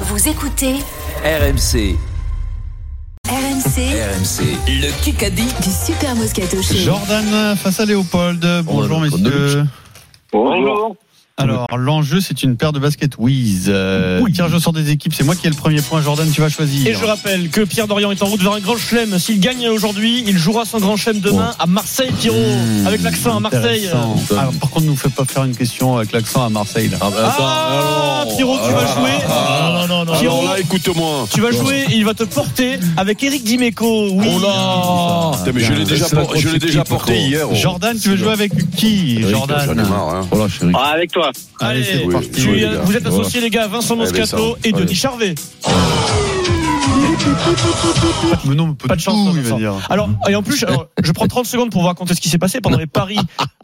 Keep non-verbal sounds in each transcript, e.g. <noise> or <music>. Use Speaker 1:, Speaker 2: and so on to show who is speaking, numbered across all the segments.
Speaker 1: Vous écoutez
Speaker 2: RMC,
Speaker 1: RMC
Speaker 2: RMC, le Kikadi.
Speaker 1: du Super Moscato Show.
Speaker 3: Jordan face à Léopold. Bonjour,
Speaker 2: Oh,
Speaker 3: messieurs.
Speaker 4: Bonjour.
Speaker 3: Alors, l'enjeu, c'est une paire de baskets Wiz. Euh, Tirage au sort des équipes, c'est moi qui ai le premier point. Jordan, tu vas choisir.
Speaker 5: Et je rappelle que Pierre Dorian est en route vers un grand chelem. S'il gagne aujourd'hui, il jouera son grand chelem demain à Marseille, Pierrot,
Speaker 6: Hmm,
Speaker 3: Mmh,
Speaker 5: avec l'accent à Marseille.
Speaker 3: intéressant. Alors, par contre, nous fais pas faire une question avec l'accent à Marseille. Là.
Speaker 6: bah,
Speaker 5: Ah, Pierrot, tu vas jouer.
Speaker 6: Ah,
Speaker 5: non, non, non.
Speaker 6: Alors
Speaker 5: Pierrot,
Speaker 6: là, écoute-moi.
Speaker 5: tu vas jouer, il va te porter avec Eric Dimeco. Oui.
Speaker 6: Oh Putain, mais je l'ai déjà, por- je l'ai déjà porté hier. oh.
Speaker 3: Jordan, tu veux jouer avec qui
Speaker 6: Eric, euh, J'en ai
Speaker 3: Jordan Oh
Speaker 6: marre. hein.
Speaker 4: Ah, avec toi.
Speaker 3: Allez, c'est
Speaker 5: Allez,
Speaker 3: parti.
Speaker 5: tu-
Speaker 6: jouez, les gars.
Speaker 5: vous êtes associés, les gars, Vincent
Speaker 6: Allez, ça
Speaker 5: Moscato
Speaker 6: va.
Speaker 5: et Denis
Speaker 6: Allez.
Speaker 5: Charvet.
Speaker 3: Mais non, pas
Speaker 5: Pas
Speaker 3: de
Speaker 5: de chance,
Speaker 3: tout, il
Speaker 5: Vincent.
Speaker 3: va dire.
Speaker 5: Alors, et en plus, alors, je prends 30 secondes pour vous raconter ce qui s'est passé pendant les paris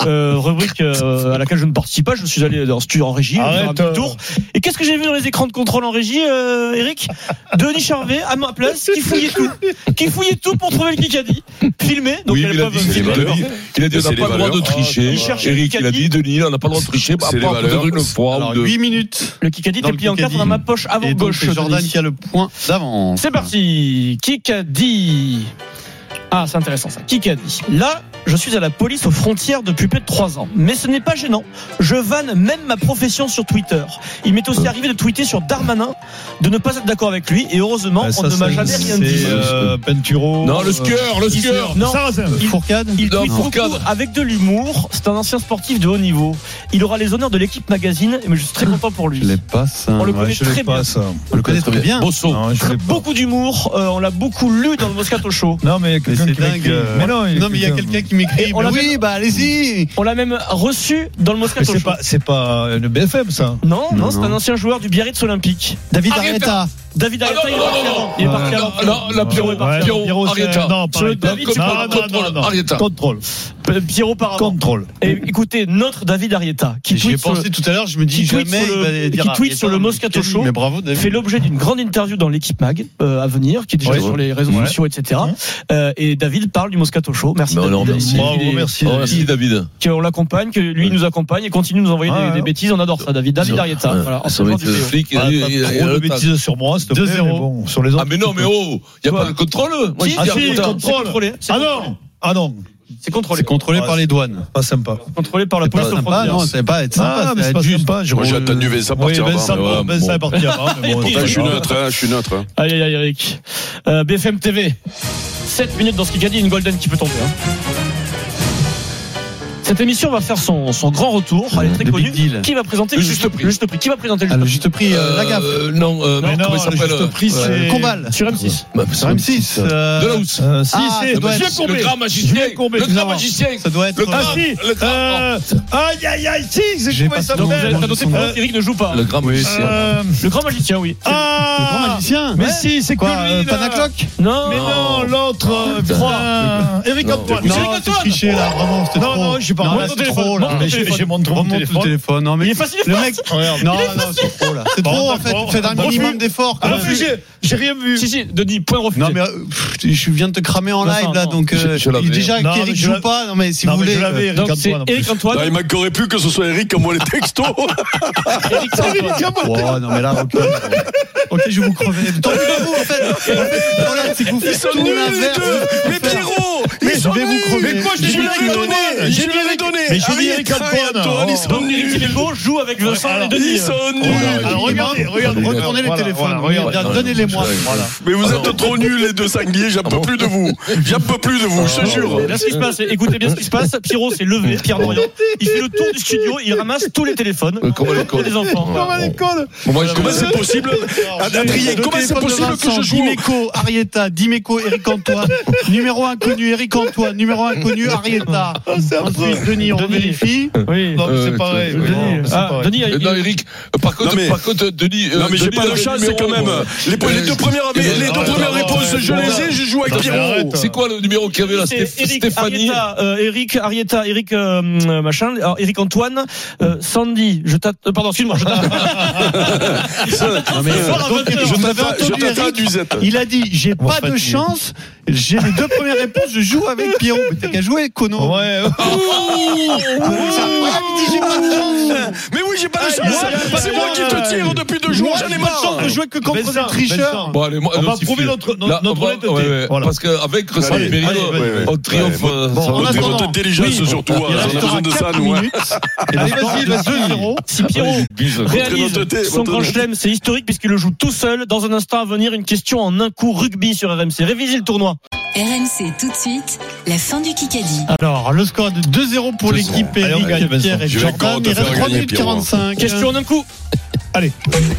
Speaker 5: euh, rubrique euh, à laquelle je ne participe pas. Je suis allé dans studio en régie, faire un petit tour. Et qu'est-ce que j'ai vu dans les écrans de contrôle en régie, euh, Eric Denis Charvet à ma place qui fouillait tout, qui fouillait tout pour trouver le Kikadi, filmé. Donc
Speaker 7: Oui,
Speaker 5: elles
Speaker 7: mais il a
Speaker 5: peuvent
Speaker 7: dit, c'est
Speaker 6: les
Speaker 5: filmer.
Speaker 6: valeurs.
Speaker 7: Denis, Il a dit on
Speaker 6: C'est
Speaker 7: n'a
Speaker 6: les
Speaker 7: pas le droit de
Speaker 6: valeurs.
Speaker 7: tricher.
Speaker 5: Il cherche
Speaker 7: Eric, il a
Speaker 5: Kikadi.
Speaker 7: dit Denis, on n'a pas le droit de tricher.
Speaker 6: C'est les
Speaker 7: à part peut-être
Speaker 6: valeurs.
Speaker 7: une fois
Speaker 3: Alors,
Speaker 7: ou deux.
Speaker 3: 8 minutes.
Speaker 5: le Kikadi
Speaker 3: Dans
Speaker 5: était
Speaker 3: le
Speaker 5: plié en quatre
Speaker 3: Kikadi.
Speaker 5: dans ma poche avant
Speaker 3: Et donc,
Speaker 5: gauche.
Speaker 3: c'est Jordan
Speaker 5: Denis.
Speaker 3: qui a le point d'avance.
Speaker 5: C'est parti. Kikadi. Ah, c'est intéressant ça. Kikadi. Là, je suis à la police aux frontières depuis plus de 3 ans. Mais ce n'est pas gênant. Je vanne même ma profession sur Twitter. Il m'est aussi arrivé de tweeter sur Darmanin, de ne pas être d'accord avec lui. Et
Speaker 3: Bah,
Speaker 5: heureusement, on ne m'a jamais rien dit.
Speaker 3: euh, Penturo.
Speaker 7: Non, le skieur, le skieur.
Speaker 5: Non, il-
Speaker 3: Fourcade
Speaker 5: il
Speaker 7: Non,
Speaker 5: tweet
Speaker 7: Fourcade.
Speaker 5: beaucoup avec de l'humour. C'est un ancien sportif de haut niveau. Il aura les honneurs de l'équipe magazine. Et je suis très content pour
Speaker 3: Je l'ai
Speaker 5: lui.
Speaker 3: pas, ça.
Speaker 5: On le
Speaker 3: Ouais,
Speaker 5: connaît
Speaker 3: je l'ai
Speaker 5: très
Speaker 3: pas.
Speaker 5: bien.
Speaker 3: On le connaît très bien.
Speaker 7: Bosso.
Speaker 5: Très- beaucoup d'humour. euh, on l'a beaucoup lu dans le Moscato Show.
Speaker 8: Non, mais
Speaker 3: Mais
Speaker 8: quelqu'un
Speaker 3: c'est
Speaker 8: qui
Speaker 3: dingue.
Speaker 8: m'écrit.
Speaker 3: euh,
Speaker 8: Mais non, il y a
Speaker 3: mais il y a quelqu'un qui m'écrit.
Speaker 5: Et on
Speaker 3: mais
Speaker 5: l'a
Speaker 3: Oui, bah allez-y.
Speaker 5: On l'a même reçu dans le
Speaker 8: Mais
Speaker 5: Moscato
Speaker 8: c'est
Speaker 5: Show.
Speaker 8: pas, c'est pas le BFM, ça.
Speaker 5: Non, non,
Speaker 3: Non,
Speaker 5: c'est
Speaker 3: non.
Speaker 5: un ancien joueur du Biarritz Olympique.
Speaker 3: David
Speaker 7: Arrieta.
Speaker 3: Arreta.
Speaker 5: David Arreta,
Speaker 7: Ah
Speaker 5: il est
Speaker 7: non, non,
Speaker 5: parti
Speaker 7: non,
Speaker 5: avant. Il est parti avant.
Speaker 7: Non, la Pierrot est
Speaker 8: Ouais,
Speaker 7: parti.
Speaker 8: non, Pierrot,
Speaker 7: Pierrot,
Speaker 8: c'est-
Speaker 7: Arietta.
Speaker 8: Non,
Speaker 5: Sur le
Speaker 8: pareil, pas-
Speaker 5: David, tu
Speaker 8: non,
Speaker 5: parles
Speaker 8: non,
Speaker 5: de
Speaker 8: non,
Speaker 7: contrôle,
Speaker 8: non, non.
Speaker 7: Arietta.
Speaker 8: Contrôle.
Speaker 5: P- Euh, Pierrot part avant.
Speaker 8: Contrôle.
Speaker 5: Et écoutez, notre David Arrieta, qui
Speaker 3: J'y ai
Speaker 5: tweet sur le-
Speaker 3: pensé tout à l'heure, je me dis
Speaker 5: qui tweet
Speaker 3: jamais.
Speaker 5: sur
Speaker 3: il
Speaker 5: le-
Speaker 3: va dire
Speaker 5: qui tweet sur le
Speaker 3: Arreta, mais
Speaker 5: Moscato
Speaker 3: Kevin,
Speaker 5: Show
Speaker 3: Mais bravo,
Speaker 5: fait
Speaker 3: David.
Speaker 5: l'objet d'une grande interview dans l'équipe Mag euh, à venir, qui est déjà
Speaker 8: Ouais.
Speaker 5: sur les réseaux
Speaker 8: Ouais.
Speaker 5: sociaux, etc. Euh, et David parle du Moscato Show. Merci.
Speaker 7: Non,
Speaker 5: David.
Speaker 7: non, merci.
Speaker 5: Il est-
Speaker 8: Bravo, merci.
Speaker 7: Oh, Merci David.
Speaker 5: que on l'accompagne, que lui il nous accompagne et continue de nous envoyer
Speaker 8: Ouais,
Speaker 5: des,
Speaker 8: ouais.
Speaker 5: des bêtises. On adore ça, David. David Arrieta.
Speaker 7: Ouais,
Speaker 5: Voilà, en
Speaker 7: Ça
Speaker 5: ce
Speaker 7: va
Speaker 5: moment
Speaker 7: être
Speaker 5: du
Speaker 7: le
Speaker 5: vidéo.
Speaker 7: flic.
Speaker 8: Ah,
Speaker 7: il-
Speaker 8: pas
Speaker 7: il- il-
Speaker 8: trop de
Speaker 7: il-
Speaker 8: bêtises sur moi, s'il te plaît.
Speaker 3: 2-0.
Speaker 8: mais bon, sur les autres.
Speaker 7: Ah, mais non, mais oh, il n'y a pas de contrôle. Moi,
Speaker 5: Si,
Speaker 7: je dis
Speaker 5: si,
Speaker 7: Arietta.
Speaker 5: contrôle. C'est contrôlé.
Speaker 8: Ah non Ah non
Speaker 5: C'est contrôlé.
Speaker 3: C'est contrôlé par les douanes.
Speaker 8: Pas sympa.
Speaker 5: Contrôlé par la
Speaker 3: C'est
Speaker 5: police aux
Speaker 3: pas sympa,
Speaker 5: frontières.
Speaker 3: non, c'est pas être
Speaker 8: Ah,
Speaker 3: sympa,
Speaker 8: mais c'est
Speaker 3: être
Speaker 8: pas
Speaker 3: juste.
Speaker 8: sympa. je-
Speaker 6: Moi, j'ai attendu Vincent
Speaker 8: Oui,
Speaker 6: partir
Speaker 8: ben
Speaker 6: avant.
Speaker 8: ça,
Speaker 6: mais ouais,
Speaker 8: ben
Speaker 6: bon.
Speaker 8: ça est parti avant. mais bon,
Speaker 6: Pourtant,
Speaker 8: c'est
Speaker 6: je suis
Speaker 8: pas
Speaker 6: neutre, hein, je suis neutre. hein.
Speaker 5: Aïe, aïe, aïe, Eric. Euh, BFM TV. 7 minutes dans ce qu'il a dit, une golden qui peut tomber. hein. Cette émission va faire son, son grand retour. Elle est très
Speaker 3: Le
Speaker 5: connue.
Speaker 3: Big Deal.
Speaker 5: Qui va présenter
Speaker 7: Le juste prix.
Speaker 5: juste prix. Qui va présenter le
Speaker 3: Ah, le
Speaker 5: juste
Speaker 3: juste prix, euh, la gaffe.
Speaker 7: Euh, Non, euh,
Speaker 8: grave. Mais
Speaker 7: comment il
Speaker 8: non, le
Speaker 7: s'appelle
Speaker 8: juste prix,
Speaker 3: Euh,
Speaker 8: c'est.
Speaker 3: Combal.
Speaker 5: prix Sur M6.
Speaker 7: Bah,
Speaker 3: Sur M6. euh,
Speaker 7: De la housse.
Speaker 8: Euh, Si,
Speaker 3: Ah,
Speaker 7: eh,
Speaker 8: c'est.
Speaker 3: ça doit
Speaker 8: ouais,
Speaker 3: être-
Speaker 8: c'est
Speaker 7: Le
Speaker 8: Courbet.
Speaker 7: grand magicien.
Speaker 8: Julien Courbet,
Speaker 7: Le grand
Speaker 8: bizarrement.
Speaker 7: magicien.
Speaker 3: Ça doit être.
Speaker 7: Le
Speaker 8: Ah
Speaker 7: grand.
Speaker 8: si
Speaker 7: Le grand.
Speaker 8: Euh, Aïe, aïe, aïe, si, c'est
Speaker 3: J'ai
Speaker 8: quoi
Speaker 3: pas
Speaker 8: ça
Speaker 3: son
Speaker 5: Donc vous
Speaker 3: nom,
Speaker 5: allez
Speaker 3: j'ai
Speaker 5: noter
Speaker 3: son
Speaker 5: pour
Speaker 3: nom.
Speaker 5: Eric ne joue pas.
Speaker 7: Le grand magicien.
Speaker 5: Le grand magicien, oui.
Speaker 3: Le grand
Speaker 8: Ah
Speaker 3: magicien.
Speaker 8: Mais
Speaker 3: ouais.
Speaker 8: si, c'est
Speaker 3: Quoi,
Speaker 8: plus lui,
Speaker 3: euh,
Speaker 8: là.
Speaker 3: Panacloc
Speaker 5: Non.
Speaker 8: Mais non,
Speaker 7: Non.
Speaker 8: l'autre, euh, putain, Eric
Speaker 7: Non,
Speaker 8: Antoine.
Speaker 3: Non,
Speaker 5: Eric
Speaker 3: c'est
Speaker 5: Antoine.
Speaker 3: triché là, vraiment, c'était
Speaker 8: Non,
Speaker 3: trop.
Speaker 8: non, je suis pas-
Speaker 3: Non,
Speaker 8: Montre
Speaker 3: là,
Speaker 8: ton
Speaker 3: c'est
Speaker 8: téléphone,
Speaker 3: trop
Speaker 5: montre
Speaker 3: là.
Speaker 5: ton
Speaker 8: Mais j'ai-
Speaker 5: téléphone.
Speaker 8: j'ai mon mon
Speaker 3: Remonte le
Speaker 8: téléphone.
Speaker 3: téléphone. Non,
Speaker 5: Il
Speaker 3: mais
Speaker 5: est facile.
Speaker 3: le mec.
Speaker 8: Regarde.
Speaker 3: Non, non, c'est trop là. C'est trop en fait.
Speaker 8: Bon,
Speaker 3: Faites un
Speaker 8: bon,
Speaker 3: minimum
Speaker 8: bon.
Speaker 3: d'effort quand
Speaker 8: Alors,
Speaker 3: même.
Speaker 8: j'ai j'ai rien vu.
Speaker 5: Ah, Si, si, Denis, point refusé.
Speaker 3: Non mais euh, pff, je viens de te cramer en
Speaker 5: Non,
Speaker 3: live
Speaker 5: non,
Speaker 3: là
Speaker 5: non.
Speaker 3: donc euh,
Speaker 7: Je- je l'avais.
Speaker 3: déjà
Speaker 8: Non, mais
Speaker 3: qu'Eric
Speaker 8: je
Speaker 3: joue
Speaker 8: l'avais.
Speaker 3: pas non mais si
Speaker 8: Non,
Speaker 3: vous
Speaker 8: mais
Speaker 3: voulez
Speaker 8: je l'avais,
Speaker 3: euh,
Speaker 8: Eric
Speaker 5: Donc
Speaker 8: Antoine.
Speaker 5: c'est
Speaker 8: en plus.
Speaker 5: Eric
Speaker 6: Ah,
Speaker 5: Antoine.
Speaker 6: il m'aurait plus que ce soit Eric qui envoie les textos.
Speaker 5: Eric Antoine.
Speaker 3: oh, non mais là ok ok je vais vous crever tant pis pour vous en fait En fait, le problème, c'est que vous
Speaker 6: Ils
Speaker 3: faites
Speaker 6: sont
Speaker 3: tout
Speaker 6: nuls, les
Speaker 3: l'inverse.
Speaker 6: deux. Mais Pierrot, ils
Speaker 3: je
Speaker 6: sont
Speaker 3: vais vous
Speaker 6: nuls.
Speaker 3: crever.
Speaker 6: Mais quoi, je
Speaker 3: Je vais
Speaker 6: lui ai
Speaker 3: vous
Speaker 6: donné. Je lui ai donné.
Speaker 8: Mais je
Speaker 3: Ah
Speaker 8: dis
Speaker 6: Ariel,
Speaker 8: Eric Antoine,
Speaker 6: Ariel, Antoine, ils
Speaker 8: oh.
Speaker 6: sont
Speaker 5: Eric
Speaker 6: nuls.
Speaker 5: Dimeco joue avec Vincent et
Speaker 8: Alors,
Speaker 5: Denis.
Speaker 6: Ils sont nuls.
Speaker 3: Alors, regardez, regardez,
Speaker 7: Voilà,
Speaker 3: retournez les
Speaker 8: voilà,
Speaker 3: téléphones,
Speaker 8: voilà,
Speaker 3: oui, bien,
Speaker 7: ouais,
Speaker 3: donnez-les-moi.
Speaker 7: ouais.
Speaker 3: Voilà.
Speaker 6: Mais vous
Speaker 7: Ah
Speaker 6: êtes
Speaker 7: non.
Speaker 6: trop nuls, les deux sangliers. J'en peux plus de vous. J'en peux plus de vous, je te jure.
Speaker 5: Là, ce qui se passe, écoutez bien ce qui se passe. Pierrot s'est levé, Pierre Dorian. Il fait le tour du studio, il ramasse tous les téléphones.
Speaker 7: Euh, Comment les
Speaker 5: Pour
Speaker 7: codes
Speaker 5: les enfants.
Speaker 7: Comment les Euh, codes Moi, je
Speaker 6: Comment c'est possible Adrien, comment c'est possible que je joue
Speaker 3: Dimeco, Arietta, Dimeco, Eric Antoine, numéro inconnu, Eric Antoine, numéro inconnu, Arietta. Ensuite, Denis, on
Speaker 5: Denis.
Speaker 3: vérifie.
Speaker 5: Oui.
Speaker 8: Non, mais c'est
Speaker 7: Euh,
Speaker 8: pareil.
Speaker 7: tu-
Speaker 8: oui,
Speaker 5: Denis,
Speaker 8: non, c'est
Speaker 5: ah,
Speaker 8: pareil.
Speaker 5: Denis,
Speaker 7: Euh,
Speaker 5: il-
Speaker 7: Non, Eric, euh, par contre,
Speaker 6: Non, mais-
Speaker 7: par contre, Denis. euh,
Speaker 6: Non mais j'ai
Speaker 7: Denis
Speaker 6: pas de
Speaker 7: avait
Speaker 6: chance
Speaker 7: le numéro,
Speaker 6: quand même.
Speaker 7: moi.
Speaker 6: Les, les
Speaker 7: Euh,
Speaker 6: deux premières,
Speaker 7: euh,
Speaker 6: les deux
Speaker 7: non,
Speaker 6: premières
Speaker 7: non,
Speaker 6: réponses,
Speaker 8: non,
Speaker 6: je
Speaker 8: non,
Speaker 6: les ai, je joue avec
Speaker 8: Non, mais
Speaker 6: Pierrot.
Speaker 8: arrête.
Speaker 7: C'est quoi le numéro qu'il y avait là
Speaker 5: C'est
Speaker 7: Stéph-
Speaker 5: Eric
Speaker 7: Stéphanie
Speaker 5: Arietta, euh, Eric Arietta, Eric euh, euh, machin, alors, Eric euh, Antoine, euh, Sandy, je t'attends, pardon, excuse-moi, je t'attends.
Speaker 3: Non, mais,
Speaker 5: Ce soir à
Speaker 3: Donc,
Speaker 8: amateur.
Speaker 3: je t'avais
Speaker 6: Je t'attends- je
Speaker 3: entendu,
Speaker 6: t'attends à
Speaker 3: Eric.
Speaker 6: nuisette.
Speaker 3: Il a dit j'ai
Speaker 8: On va
Speaker 3: pas de
Speaker 8: fatiguer.
Speaker 3: chance, j'ai les deux premières réponses, je joue avec Pierrot. Mais t'as qu'à jouer, Cono.
Speaker 8: Ouais.
Speaker 3: Ah, c'est incroyable, il dit j'ai pas de chance.
Speaker 6: Mais oui, j'ai pas de
Speaker 8: Ah,
Speaker 6: chance.
Speaker 8: moi, j'ai pas
Speaker 6: C'est
Speaker 8: de
Speaker 6: moi
Speaker 8: chance.
Speaker 6: qui te tire depuis deux jours.
Speaker 3: Moi,
Speaker 6: J'en
Speaker 3: j'ai
Speaker 6: ai
Speaker 3: pas de
Speaker 6: marre.
Speaker 3: chance de jouer que contre
Speaker 8: Vincent,
Speaker 3: des tricheurs.
Speaker 8: Vincent.
Speaker 7: allez, moi,
Speaker 8: On
Speaker 7: non,
Speaker 8: va
Speaker 7: c'est
Speaker 8: prouver
Speaker 7: fini.
Speaker 8: notre-
Speaker 7: Là, on va-
Speaker 8: notre honnêteté.
Speaker 7: ouais, ouais,
Speaker 8: Voilà.
Speaker 7: Parce qu'avec Ressam
Speaker 6: Allez,
Speaker 7: Périno,
Speaker 8: allez,
Speaker 6: ouais, ouais.
Speaker 7: on triomphe.
Speaker 6: Ouais,
Speaker 7: euh,
Speaker 3: Bon,
Speaker 7: sur
Speaker 3: en
Speaker 7: le
Speaker 6: Notre
Speaker 7: terrain.
Speaker 3: attendant-
Speaker 6: notre intelligence
Speaker 3: Oui.
Speaker 6: surtout, hein,
Speaker 3: Il
Speaker 6: on a
Speaker 3: restera
Speaker 6: besoin de ça,
Speaker 3: 4
Speaker 6: nous. hein.
Speaker 3: minutes. Et le
Speaker 5: Allez,
Speaker 3: score
Speaker 5: vas-y,
Speaker 3: de
Speaker 5: vas-y.
Speaker 3: 2-0.
Speaker 5: <laughs> Si Pierrot
Speaker 7: Ouais, bise, quoi.
Speaker 5: réalise
Speaker 6: Notre
Speaker 5: son grand
Speaker 6: notre-
Speaker 5: chelem, c'est historique puisqu'il le joue tout seul. Dans un instant à venir, une question en un coup rugby sur RMC. Révisez le tournoi.
Speaker 1: RMC tout de suite, la fin du Kikadi.
Speaker 3: Alors, le score de 2-0 pour l'équipe
Speaker 8: Allez, on
Speaker 3: Eric,
Speaker 8: gagne, Vincent.
Speaker 3: Pierre et
Speaker 6: Je vais encore
Speaker 3: Jordan.
Speaker 6: te
Speaker 3: Il reste
Speaker 6: faire
Speaker 3: 3
Speaker 6: gagner,
Speaker 3: minutes
Speaker 6: Pierrot.
Speaker 3: 45.
Speaker 5: Question en un coup.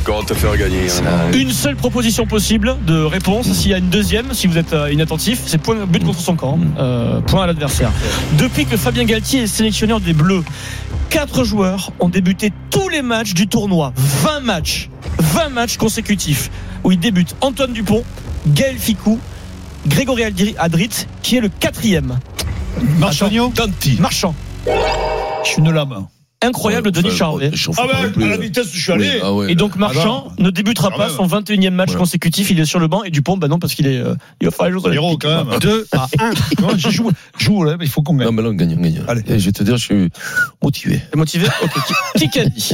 Speaker 6: Comment te faire gagner hein.
Speaker 5: Une seule proposition possible de réponse. S'il y a une deuxième, si vous êtes euh, inattentif, c'est point but contre son camp.
Speaker 7: Mm.
Speaker 5: Euh, point à l'adversaire. Depuis que Fabien Galtier est sélectionneur des Bleus, quatre joueurs ont débuté tous les matchs du tournoi. 20 matchs. 20 matchs consécutifs où il débute Antoine Dupont, Gaël Ficou, Grégory Aldri- Adrit, qui est le quatrième.
Speaker 3: Marchogno
Speaker 7: Tanti.
Speaker 5: Marchand.
Speaker 8: Je suis une lame.
Speaker 5: Incroyable
Speaker 7: Ouais,
Speaker 5: Denis
Speaker 7: ça,
Speaker 5: Charvet.
Speaker 7: je chauffe
Speaker 8: Ah
Speaker 7: pas
Speaker 8: bah,
Speaker 7: non plus,
Speaker 8: à la
Speaker 7: là.
Speaker 8: vitesse où je suis
Speaker 7: Oui,
Speaker 8: allé.
Speaker 7: ah ouais.
Speaker 5: Et donc Marchand
Speaker 8: Alors,
Speaker 5: ne débutera
Speaker 8: quand
Speaker 5: pas
Speaker 8: même.
Speaker 5: son 21e match
Speaker 7: Ouais.
Speaker 5: consécutif, il est sur le banc et Dupont bah non parce qu'il est euh, il va faire les autres.
Speaker 8: Héros, quand même.
Speaker 5: 2 à
Speaker 8: Non, je joue, je joue, là, mais il faut qu'on
Speaker 7: Non,
Speaker 8: gagne.
Speaker 7: mais là, on gagne, on gagne.
Speaker 8: Allez.
Speaker 7: Et je vais te dire, je suis motivé.
Speaker 5: T'es motivé Ok. Qui- Qui qu'a dit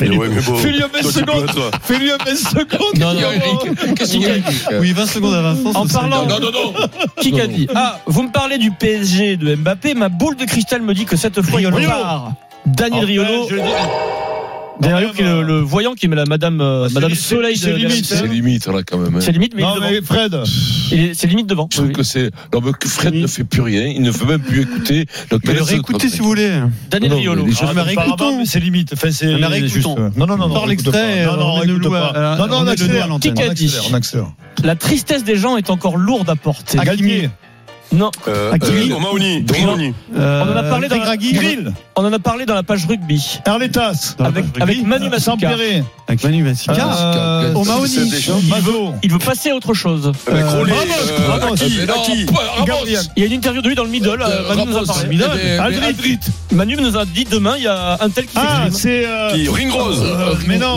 Speaker 6: Mais ouais, mais bon.
Speaker 8: Fais-lui un 20
Speaker 6: Toi, tu
Speaker 8: secondes.
Speaker 6: peux, toi.
Speaker 8: Fais-lui un 20 secondes.
Speaker 7: Non, non, Eric. Qu'est-ce qu'il y a, Eric
Speaker 3: Oui, 20 secondes à Vincent.
Speaker 5: En
Speaker 3: ce serait
Speaker 5: parlant-
Speaker 3: bien.
Speaker 7: Non, non, non.
Speaker 5: Qui qu'a dit Ah, vous me parlez du PSG de Mbappé, ma boule de cristal me dit que cette fois il
Speaker 8: Riolo. Ah,
Speaker 5: part. Daniel Riolo,
Speaker 8: Je-
Speaker 5: Daniel Riolo
Speaker 8: même,
Speaker 5: qui est le, le voyant qui met la madame euh,
Speaker 8: Ah, c'est
Speaker 5: madame
Speaker 8: li-
Speaker 5: Soleil
Speaker 8: c'est
Speaker 5: de-
Speaker 8: limite,
Speaker 5: de-
Speaker 7: C'est limite, là, quand même. hein.
Speaker 5: C'est limite mais, il est
Speaker 8: Non,
Speaker 5: devant.
Speaker 8: mais Fred.
Speaker 5: Il est- c'est limite devant.
Speaker 7: Je trouve
Speaker 5: Oui,
Speaker 7: que c'est. Non, mais que Fred ne fait plus rien. Il ne veut même plus écouter. Donc,
Speaker 3: Mais
Speaker 7: laisse-le
Speaker 3: réécoutez si
Speaker 7: tranquille.
Speaker 3: vous voulez.
Speaker 5: oui. Daniel
Speaker 7: Non, mais
Speaker 5: Riolo.
Speaker 7: les gens-
Speaker 8: Ah,
Speaker 3: mais
Speaker 8: mais
Speaker 3: réécoutons.
Speaker 8: apparemment, mais C'est limite. Enfin, c'est.
Speaker 3: Mais réécoutons.
Speaker 8: juste, euh, Non, non,
Speaker 3: Par
Speaker 8: non. on réécoute
Speaker 3: l'extrait,
Speaker 8: pas. Non, non,
Speaker 3: on
Speaker 8: on
Speaker 3: met le
Speaker 8: réécoute
Speaker 3: doigt,
Speaker 8: pas.
Speaker 3: euh,
Speaker 8: Non, non,
Speaker 3: on met
Speaker 8: on
Speaker 3: le doigt à
Speaker 8: accélère.
Speaker 3: l'antenne.
Speaker 8: On accélère, on accélère.
Speaker 5: La tristesse des gens est encore lourde à porter.
Speaker 8: Galtier.
Speaker 5: Non,
Speaker 6: Euh,
Speaker 3: Hakimi.
Speaker 6: euh, Romaouni,
Speaker 5: Grill.
Speaker 6: Romaouni.
Speaker 3: Euh,
Speaker 5: en a parlé dans la-
Speaker 3: Regragui.
Speaker 8: Grill.
Speaker 5: on en a parlé dans la page rugby.
Speaker 8: Arletas.
Speaker 3: Dans la
Speaker 5: Avec,
Speaker 3: page rugby.
Speaker 5: avec
Speaker 8: Ah,
Speaker 5: Manu Massamka.
Speaker 8: Sampéré.
Speaker 3: Avec Manu Vassica.
Speaker 8: Euh,
Speaker 3: Omaoni.
Speaker 8: Mazo.
Speaker 5: Il veut passer à autre chose.
Speaker 6: Euh, ben,
Speaker 8: Euh,
Speaker 6: Crowley,
Speaker 8: Ramos,
Speaker 6: euh,
Speaker 8: Ramos.
Speaker 6: Haki,
Speaker 7: Mais non,
Speaker 6: Haki.
Speaker 7: pas- ah Ramos.
Speaker 8: Gardien.
Speaker 5: Il y a une interview de lui dans le middle. euh, Manu nous a
Speaker 7: Ramos,
Speaker 5: parlé.
Speaker 7: mais- mais-
Speaker 8: Aldrit.
Speaker 7: Aldrit.
Speaker 5: Manu nous a dit demain, il y a un tel qui
Speaker 8: Ah,
Speaker 5: s'exprime.
Speaker 8: c'est. euh,
Speaker 6: Qui Ringrose.
Speaker 8: euh, Mais
Speaker 7: Non,
Speaker 8: non,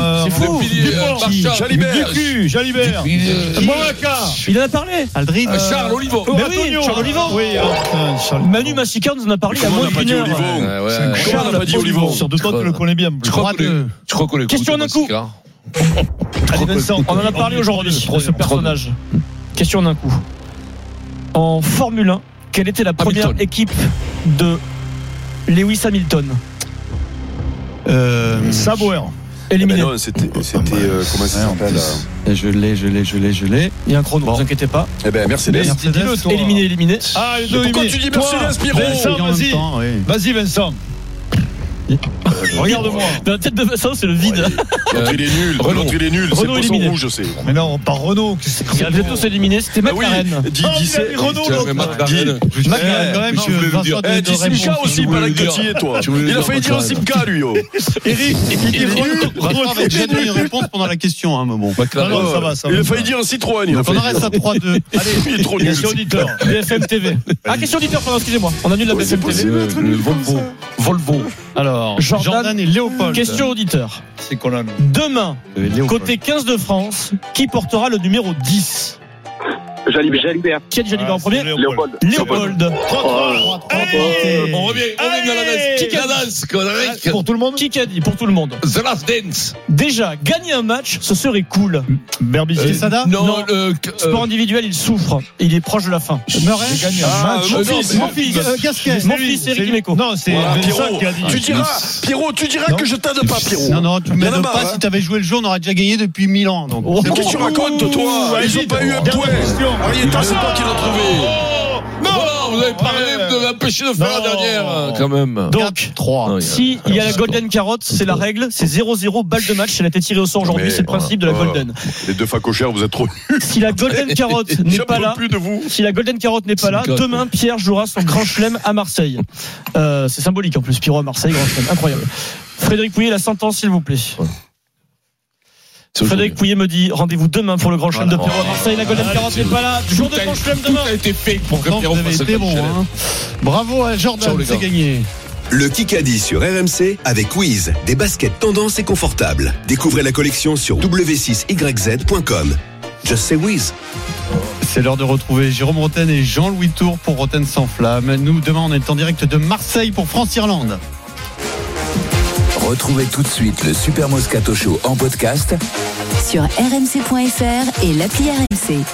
Speaker 7: euh,
Speaker 8: euh,
Speaker 7: c'est fou.
Speaker 8: Dupont,
Speaker 7: Le pilier, euh, Marchand.
Speaker 6: Jalibert.
Speaker 8: Ducu, Jalibert.
Speaker 7: Euh,
Speaker 8: Moaka.
Speaker 5: Il en a parlé.
Speaker 3: Aldrit.
Speaker 7: Euh, Charles Olivon.
Speaker 5: Mais oui, Charles Olivon.
Speaker 8: Oui, euh, Charles
Speaker 5: Manu Massica nous en a parlé il y a
Speaker 6: Comment on
Speaker 5: moins
Speaker 6: n'a pas dit
Speaker 5: d'une heure.
Speaker 6: Olivon Comment on
Speaker 5: Charles
Speaker 6: n'a pas dit
Speaker 5: Olivon.
Speaker 6: Olivon
Speaker 8: Sur deux toi, tu le connais bien.
Speaker 7: Tu crois qu'on les- tu crois qu'on les
Speaker 5: Question
Speaker 7: écoute,
Speaker 5: d'un coup.
Speaker 7: Pascal
Speaker 8: Allez, Vincent,
Speaker 5: On en a parlé aujourd'hui de ce
Speaker 8: Troisième.
Speaker 5: personnage. Question d'un coup. En Formule 1, quelle était la première
Speaker 7: Hamilton.
Speaker 5: équipe de Lewis Hamilton
Speaker 3: Euh,
Speaker 8: Sabouer.
Speaker 6: Eh ben
Speaker 5: éliminée
Speaker 6: non, c'était. c'était, euh, Comment ça s'appelle euh,
Speaker 9: Eh, Je l'ai, je l'ai, je l'ai, je l'ai.
Speaker 5: Il y a un
Speaker 3: Oh,
Speaker 5: chrono, ne vous inquiétez pas.
Speaker 6: Eh ben, Mercedes.
Speaker 8: Dis-le, toi.
Speaker 5: Éliminé, éliminé.
Speaker 8: Ah, les deux
Speaker 6: Pourquoi
Speaker 8: éliminés.
Speaker 6: tu dis
Speaker 8: Toi,
Speaker 6: Mercedes, Pierrot
Speaker 8: Vincent,
Speaker 3: en même
Speaker 8: vas-y.
Speaker 3: temps, oui.
Speaker 8: Vas-y, Vincent. Regarde-moi.
Speaker 5: Dans la tête de Vincent, c'est le vide.
Speaker 6: L'autre, il est nul.
Speaker 7: Renaud.
Speaker 6: L'autre, il est nul. C'est
Speaker 5: Renaud
Speaker 6: poisson
Speaker 5: éliminé.
Speaker 6: rouge, je sais.
Speaker 8: Mais non, par Renault. qu'est-ce que c'est
Speaker 5: <laughs>
Speaker 8: que
Speaker 5: Algetto
Speaker 8: Renault
Speaker 5: s'est éliminé, c'était
Speaker 6: Ah oui,
Speaker 5: McLaren.
Speaker 6: dis-
Speaker 8: Ah,
Speaker 6: dis-
Speaker 8: il a mis Renault,
Speaker 7: Putain,
Speaker 8: l'autre.
Speaker 7: mais McLaren.
Speaker 3: McLaren, quand même,
Speaker 7: mais je
Speaker 3: que
Speaker 7: voulais le
Speaker 3: Vincent
Speaker 7: dire.
Speaker 3: Denis
Speaker 6: Eh, dis
Speaker 3: Denis
Speaker 6: Simca
Speaker 3: Denis
Speaker 6: aussi,
Speaker 7: Denis
Speaker 6: pas la
Speaker 7: Denis
Speaker 6: Gauthier, toi.
Speaker 7: Tu voulais
Speaker 6: Il
Speaker 7: dire
Speaker 6: a failli dire
Speaker 7: McLaren.
Speaker 6: Simca, lui. oh.
Speaker 8: Eric,
Speaker 6: Il est nul.
Speaker 3: Vincent avait déjà donné une réponse pendant la question hein, à un moment.
Speaker 8: Non,
Speaker 7: McLaren.
Speaker 8: non, ça va, ça va.
Speaker 6: Il a failli dire Citroën. il a
Speaker 3: Donc on
Speaker 6: failli
Speaker 3: en reste
Speaker 6: dire.
Speaker 3: à 3-2.
Speaker 6: Allez, il est trop nul.
Speaker 8: Question auditeur.
Speaker 5: BFM TV. Ah, question auditeur, pardon, excusez-moi. On annule la
Speaker 6: Ouais, c'est
Speaker 5: BFM TV.
Speaker 6: possible.
Speaker 7: Le- le Volvo. Volvo.
Speaker 8: Alors,
Speaker 5: Jordan,
Speaker 3: Jordan et Léopold.
Speaker 5: question auditeur.
Speaker 8: euh, c'est qu'on a.
Speaker 5: Demain, côté 15 de France, qui portera le numéro 10
Speaker 4: Jalibert. Jalibert.
Speaker 5: Qui a déjà dit
Speaker 8: Ah,
Speaker 5: en premier
Speaker 4: Léopold.
Speaker 5: Léopold.
Speaker 4: Oh,
Speaker 8: Allez
Speaker 7: On revient, on revient à la danse. Qui
Speaker 5: Allez
Speaker 7: la danse quoi, le mec
Speaker 8: Pour tout le monde
Speaker 5: Qui a dit pour tout le monde
Speaker 7: The Last Dance.
Speaker 5: Déjà, gagner un match, ce serait cool.
Speaker 8: Berbizier.
Speaker 3: Quesada
Speaker 7: Non,
Speaker 5: Non.
Speaker 7: le- que- euh,
Speaker 5: Sport individuel, il souffre. Il est proche de la fin.
Speaker 8: Murray J'ai gagné un
Speaker 6: Ah,
Speaker 8: match.
Speaker 6: mon
Speaker 7: euh,
Speaker 6: fils.
Speaker 7: non,
Speaker 5: Mon fils, euh,
Speaker 3: Gasquet.
Speaker 5: mon fils,
Speaker 8: C'est
Speaker 5: Eric
Speaker 8: lui.
Speaker 5: Dimeco.
Speaker 8: Non, c'est
Speaker 6: Voilà,
Speaker 8: Vincent
Speaker 6: Ah, Pierrot,
Speaker 8: qui a dit.
Speaker 6: tu diras, Pierrot, tu diras que je t'aide pas, Pierrot.
Speaker 3: Non, non, tu
Speaker 6: Il y en a
Speaker 3: m'aides
Speaker 6: marre,
Speaker 3: pas.
Speaker 6: hein.
Speaker 3: Si t'avais joué le jeu, on aurait déjà gagné depuis 1000 ans. Donc,
Speaker 5: Oh.
Speaker 3: c'est
Speaker 6: Qu'est-ce que tu
Speaker 3: bon.
Speaker 6: racontes, toi Ils ont pas eu un
Speaker 8: Dernière
Speaker 6: point.
Speaker 8: question.
Speaker 6: Arietta, c'est toi qui l'as trouvé.
Speaker 7: Non, vous avez parlé
Speaker 8: Ouais.
Speaker 7: de m'empêcher de faire la
Speaker 8: Non.
Speaker 7: dernière, hein, quand même.
Speaker 5: Donc,
Speaker 3: 3.
Speaker 7: Non, il y a-
Speaker 5: si il y a la Golden Carotte, c'est la règle, c'est 0-0 balle de match, elle a été tirée au sort aujourd'hui,
Speaker 6: Mais oh.
Speaker 5: c'est le principe de la
Speaker 6: voilà.
Speaker 5: Golden.
Speaker 6: Les deux facochères, vous êtes trop.
Speaker 5: Si la
Speaker 6: <laughs>
Speaker 5: Golden Carotte
Speaker 6: Je
Speaker 5: n'est pas
Speaker 6: peux
Speaker 5: là,
Speaker 6: plus de vous.
Speaker 5: si la Golden Carotte n'est pas là,
Speaker 7: C'est une
Speaker 5: demain Pierre jouera son grand chelem à Marseille. Euh, c'est symbolique en plus, Pierrot à Marseille, grand chelem, incroyable. Frédéric Pouillet, la sentence s'il vous plaît.
Speaker 7: C'est aujourd'hui.
Speaker 5: Frédéric Pouillet me dit rendez-vous demain pour le grand chelem de Pierrot à Marseille, la
Speaker 6: Ah,
Speaker 5: Golden Carotte n'est pas là, jour de
Speaker 7: Tout a-
Speaker 5: grand chelem
Speaker 7: tout
Speaker 5: demain.
Speaker 7: a été hein. fait pour que
Speaker 3: Pourtant,
Speaker 7: Pierrot
Speaker 3: vous avez
Speaker 7: fasse
Speaker 3: été
Speaker 7: comme
Speaker 3: bon.
Speaker 7: Chelem.
Speaker 3: hein. Bravo à
Speaker 7: Ciao,
Speaker 3: Jordan,
Speaker 7: les
Speaker 3: c'est
Speaker 7: gars.
Speaker 3: gagné.
Speaker 6: Le Kikadi sur RMC avec Wiz, des baskets tendance et confortables. Découvrez la collection sur w6yz.com. Just say Wiz.
Speaker 3: C'est l'heure de retrouver Jérôme Roten et Jean-Louis Tour pour Roten sans flamme. Nous, demain, on est en direct de Marseille pour France-Irlande.
Speaker 2: Retrouvez tout de suite le Super Moscato Show en podcast
Speaker 1: sur rmc.fr et l'appli RMC.